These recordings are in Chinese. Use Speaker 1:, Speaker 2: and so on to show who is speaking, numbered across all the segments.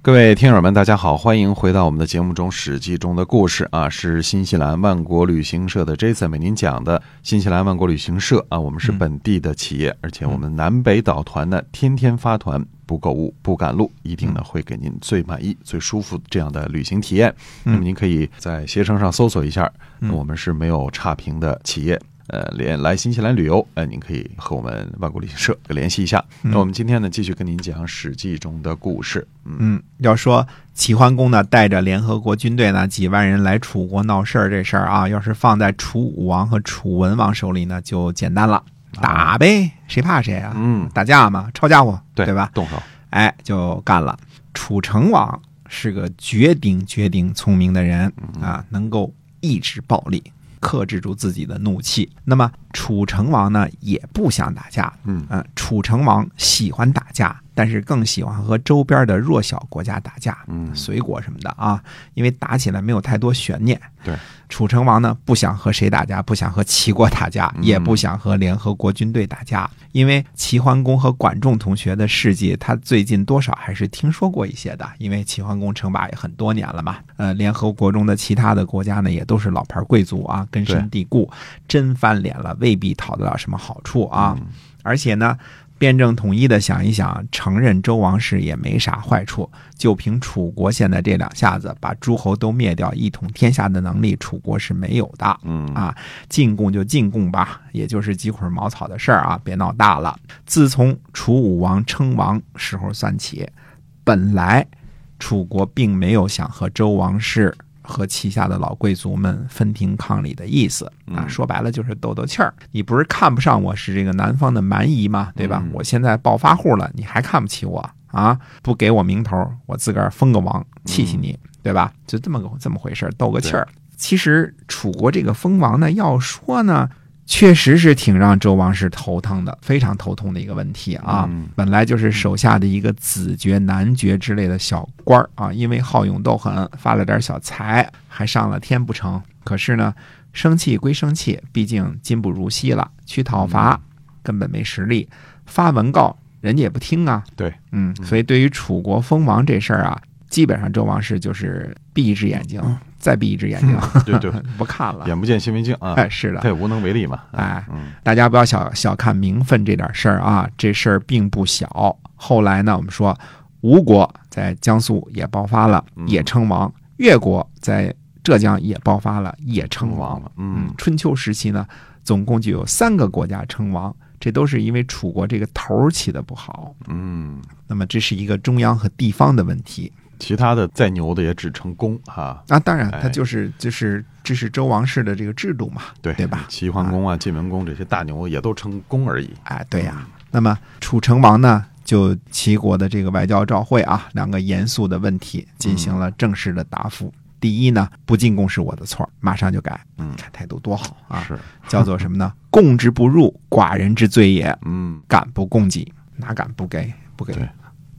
Speaker 1: 各位听友们，大家好，欢迎回到我们的节目中，《史记》中的故事啊，是新西兰万国旅行社的 Jason 为您讲的。新西兰万国旅行社啊，我们
Speaker 2: 嗯
Speaker 1: 是本地的企业，而且我们南北岛团呢，天天发团，不购物，不赶路，一定
Speaker 2: 嗯
Speaker 1: 呢会给您最满意、最舒服这样的旅行体验。
Speaker 2: 嗯
Speaker 1: 那么您可以在携程上搜索一下，
Speaker 3: 嗯
Speaker 1: 我们是没有差评的企业。呃，连来新西兰旅游，呃，您可以和我们万国旅行社联系一下。
Speaker 3: 嗯
Speaker 1: 那我们今天呢，继续跟您讲《史记》中的故事。嗯
Speaker 3: 嗯，要说齐桓公呢，带着联合国军队呢，几万人来楚国闹事儿这事儿啊，要是放在楚武王和楚文王手里呢，就简单了，打呗，谁怕谁啊？
Speaker 1: 啊嗯，
Speaker 3: 打架嘛，抄家伙，
Speaker 1: 对
Speaker 3: 对吧？
Speaker 1: 动手，
Speaker 3: 哎，就干了。楚成王是个绝顶绝顶聪明的人啊，能够抑制暴力，克制住自己的怒气。那么楚成王呢，也不想打架。
Speaker 1: 嗯
Speaker 3: 呃，楚成王喜欢打架，但是更喜欢和周边的弱小国家打架，
Speaker 1: 嗯
Speaker 3: 隋国什么的啊，因为打起来没有太多悬念。
Speaker 1: 对，
Speaker 3: 楚成王呢不想和谁打架，不想和齐国打架，
Speaker 1: 嗯
Speaker 3: 也不想和联合国军队打架，因为齐桓公和管仲同学的事迹，他最近多少还是听说过一些的，因为齐桓公称霸也很多年了嘛。呃，联合国中的其他的国家呢，也都是老牌贵族啊，根深蒂固，真翻脸了未必讨得了什么好处啊。
Speaker 1: 嗯
Speaker 3: 而且呢，辩证统一的想一想，承认周王室也没啥坏处。就凭楚国现在这两下子，把诸侯都灭掉，一统天下的能力，楚国是没有的。
Speaker 1: 嗯
Speaker 3: 啊进贡就进贡吧，也就是几捆茅草的事儿啊，别闹大了。自从楚武王称王时候算起，本来楚国并没有想和周王室和旗下的老贵族们分庭抗礼的意思啊，
Speaker 1: 嗯
Speaker 3: 说白了就是斗斗气儿。你不是看不上我是这个南方的蛮夷吗？对吧？
Speaker 1: 嗯
Speaker 3: 我现在暴发户了，你还看不起我啊？不给我名头儿，我自个儿封个王，
Speaker 1: 嗯
Speaker 3: 气气你，对吧？就这么个这么回事儿，斗个气儿。其实楚国这个封王呢，要说呢，确实是挺让周王室头疼的，非常头痛的一个问题啊。
Speaker 1: 嗯
Speaker 3: 本来就是手下的一个子爵、男爵之类的小官儿啊，因为好勇斗狠，发了点小财，还上了天不成。可是呢，生气归生气，毕竟今不如昔了，去讨伐嗯根本没实力，发文告人家也不听啊。
Speaker 1: 对，
Speaker 3: 嗯，所以对于楚国封王这事儿啊，基本上周王室就是闭一只眼睛，再闭一只眼睛，
Speaker 1: 对对，
Speaker 3: 不看了。
Speaker 1: 眼不见心为净啊，
Speaker 3: 啊哎，是的
Speaker 1: 他，也无能为力嘛。
Speaker 3: 哎，
Speaker 1: 嗯
Speaker 3: 大家不要小小看名分这点事儿啊，这事儿并不小。后来呢，我们说吴国在江苏也爆发了，
Speaker 1: 嗯
Speaker 3: 也称王；越国在浙江也爆发了，也称王。
Speaker 1: 了，嗯，
Speaker 3: 春秋时期呢，总共就有三个国家称王，这都是因为楚国这个头儿起的不好。
Speaker 1: 嗯，
Speaker 3: 那么这是一个中央和地方的问题。
Speaker 1: 其他的再牛的也只成功哈，
Speaker 3: 那、当然，它
Speaker 1: 哎
Speaker 3: 就是就是这是周王室的这个制度嘛，
Speaker 1: 对
Speaker 3: 对吧？
Speaker 1: 齐桓公啊、晋文公这些大牛也都成功而已。
Speaker 3: 哎，对呀、那么楚成王呢，就齐国的这个外交照会啊，两个严肃的问题进行了正式的答复。第一呢，不进贡是我的错儿，马上就改。
Speaker 1: 嗯
Speaker 3: 你看态度多好啊，
Speaker 1: 是，
Speaker 3: 叫做什么呢？共之不入，寡人之罪也。
Speaker 1: 嗯
Speaker 3: 敢不供给，哪敢不给？不给
Speaker 1: 对，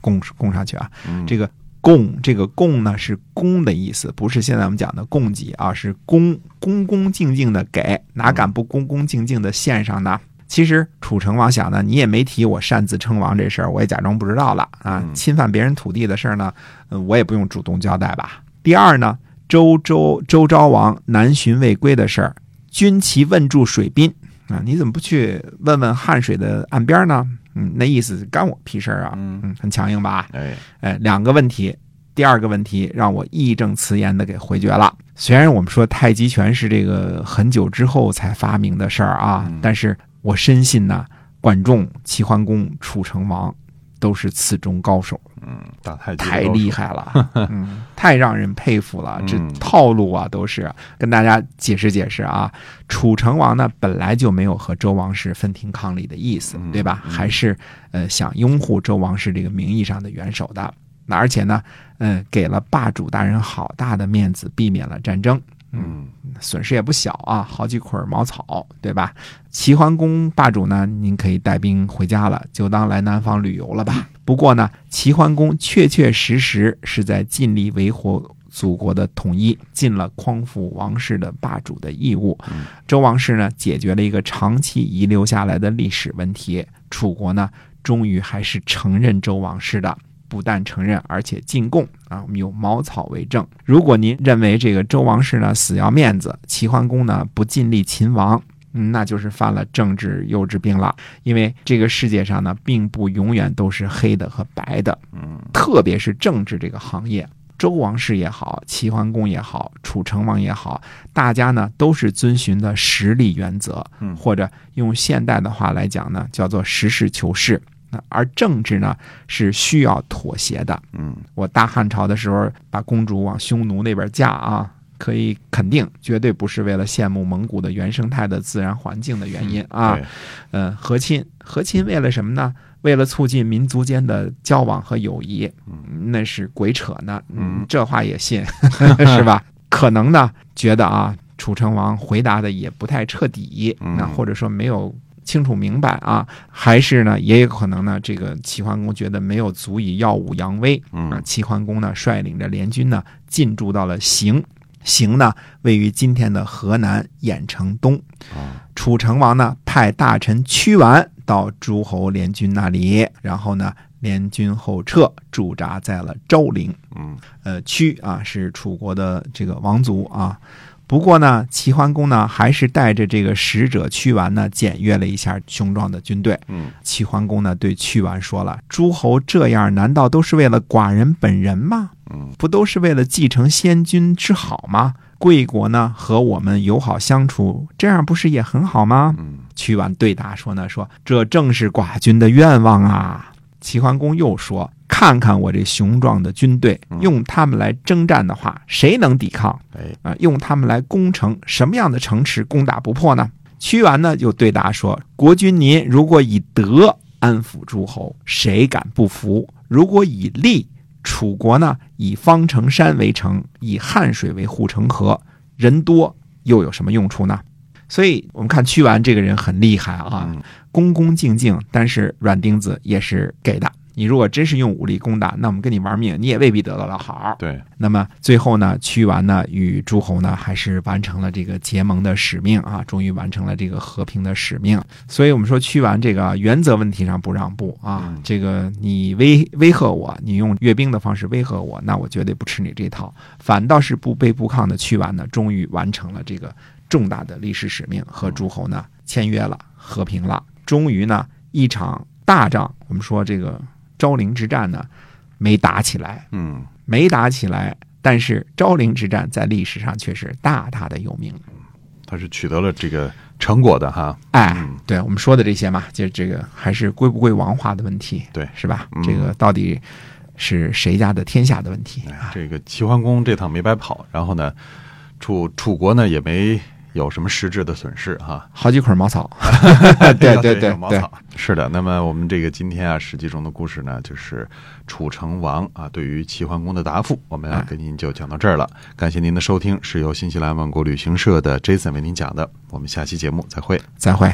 Speaker 3: 供供上去啊！
Speaker 1: 嗯，
Speaker 3: 这个供，这个供呢是公的意思，不是现在我们讲的供给啊，是恭恭恭敬敬的给，哪敢不恭恭敬敬的献上呢？其实楚成王想呢，你也没提我擅自称王这事儿，我也假装不知道了啊。
Speaker 1: 嗯
Speaker 3: 侵犯别人土地的事儿呢，嗯，我也不用主动交代吧。第二呢，周周周昭王南巡未归的事儿，军旗问住水滨啊，你怎么不去问问汉水的岸边呢？嗯，那意思干我屁事儿啊，
Speaker 1: 嗯
Speaker 3: 嗯，很强硬吧？
Speaker 1: 哎，
Speaker 3: 哎，两个问题。第二个问题让我义正辞严的给回绝了。虽然我们说太极拳是这个很久之后才发明的事儿啊，
Speaker 1: 嗯
Speaker 3: 但是我深信呐，管仲、齐桓公、楚成王都是此中高手，
Speaker 1: 嗯，打太极
Speaker 3: 太
Speaker 1: 高手
Speaker 3: 厉害 了，嗯，太让人佩服了。这
Speaker 1: 嗯
Speaker 3: 套路啊，都是跟大家解释解释啊。楚成王呢，本来就没有和周王室分庭抗礼的意思，
Speaker 1: 嗯
Speaker 3: 对吧？
Speaker 1: 嗯
Speaker 3: 还是呃想拥护周王室这个名义上的元首的。那而且呢，呃，给了霸主大人好大的面子，避免了战争。
Speaker 1: 嗯
Speaker 3: 损失也不小啊，好几捆茅草，对吧？齐桓公霸主呢，您可以带兵回家了，就当来南方旅游了吧。不过呢，齐桓公确确实实是在尽力维护祖国的统一，尽了匡扶王室的霸主的义务
Speaker 1: 嗯。
Speaker 3: 周王室呢，解决了一个长期遗留下来的历史问题。楚国呢，终于还是承认周王室的，不但承认，而且进贡啊。我们有茅草为证。如果您认为这个周王室呢死要面子，齐桓公呢不尽力秦王。嗯，那就是犯了政治幼稚病了，因为这个世界上呢，并不永远都是黑的和白的，
Speaker 1: 嗯
Speaker 3: 特别是政治这个行业，周王室也好，齐桓公也好，楚成王也好，大家呢都是遵循的实力原则，
Speaker 1: 嗯
Speaker 3: 或者用现代的话来讲呢，叫做实事求是。那而政治呢是需要妥协的。
Speaker 1: 嗯
Speaker 3: 我大汉朝的时候把公主往匈奴那边嫁啊，可以肯定绝对不是为了羡慕蒙古的原生态的自然环境的原因啊。
Speaker 1: 嗯对
Speaker 3: 呃，和亲，和亲为了什么呢？为了促进民族间的交往和友谊，嗯，那是鬼扯呢，
Speaker 1: 嗯
Speaker 3: 这话也 信是吧？可能呢，觉得啊，楚成王回答的也不太彻底，
Speaker 1: 嗯
Speaker 3: 那或者说没有清楚明白啊，还是呢，也有可能呢，这个齐桓公觉得没有足以耀武扬威，啊
Speaker 1: 嗯，
Speaker 3: 齐桓公呢率领着联军呢进驻到了邢，邢呢位于今天的河南兖城东。
Speaker 1: 啊
Speaker 3: 楚成王呢派大臣屈完到诸侯联军那里，然后呢联军后撤，驻扎在了昭陵。
Speaker 1: 嗯
Speaker 3: 呃，屈啊是楚国的这个王族啊。不过呢，齐桓公呢还是带着这个使者屈完呢检阅了一下雄壮的军队。
Speaker 1: 嗯
Speaker 3: 齐桓公呢对屈完说了：“诸侯这样，难道都是为了寡人本人吗？
Speaker 1: 嗯
Speaker 3: 不都是为了继承先君之好吗？贵国呢和我们友好相处，这样不是也很好吗？
Speaker 1: 嗯
Speaker 3: 屈完对答说呢，说这正是寡君的愿望啊。齐桓公又说，看看我这雄壮的军队
Speaker 1: 嗯，
Speaker 3: 用他们来征战的话，谁能抵抗
Speaker 1: 哎
Speaker 3: 啊、用他们来攻城，什么样的城池攻打不破呢？屈完呢又对答说，国君您如果以德安抚诸侯，谁敢不服？如果以利，楚国呢以方城山为城，以汉水为护城河，人多又有什么用处呢？所以我们看屈完这个人很厉害啊，
Speaker 1: 嗯
Speaker 3: 恭恭敬敬，但是软钉子也是给的。你如果真是用武力攻打，那我们跟你玩命，你也未必得到了好。
Speaker 1: 对
Speaker 3: 那么最后呢，屈完呢与诸侯呢还是完成了这个结盟的使命啊，终于完成了这个和平的使命。所以我们说屈完这个原则问题上不让步啊，
Speaker 1: 嗯
Speaker 3: 这个你威威吓我，你用阅兵的方式威吓我，那我绝对不吃你这套。反倒是不卑不亢的屈完呢，终于完成了这个重大的历史使命，和诸侯呢签约了，和平了。终于呢，一场大仗，我们说这个昭陵之战呢没打起来，
Speaker 1: 嗯
Speaker 3: 没打起来，但是昭陵之战在历史上却是大大的有名。
Speaker 1: 他是取得了这个成果的哈
Speaker 3: 哎
Speaker 1: 嗯，
Speaker 3: 对我们说的这些嘛，就这个还是归不归王化的问题，
Speaker 1: 对
Speaker 3: 是吧
Speaker 1: 嗯？
Speaker 3: 这个到底是谁家的天下的问题
Speaker 1: 哎
Speaker 3: 啊？
Speaker 1: 这个齐桓公这趟没白跑，然后呢楚楚国呢也没有什么实质的损失哈。
Speaker 3: 好几捆茅 草， 对对对
Speaker 1: 有茅
Speaker 3: 对
Speaker 1: 草，是的。那么我们这个今天啊，史记中的故事呢，就是楚成王啊对于齐桓公的答复，我们啊
Speaker 3: 哎
Speaker 1: 跟您就讲到这儿了。感谢您的收听，是由新西兰万国旅行社的 Jason 为您讲的。我们下期节目再会。
Speaker 3: 再会。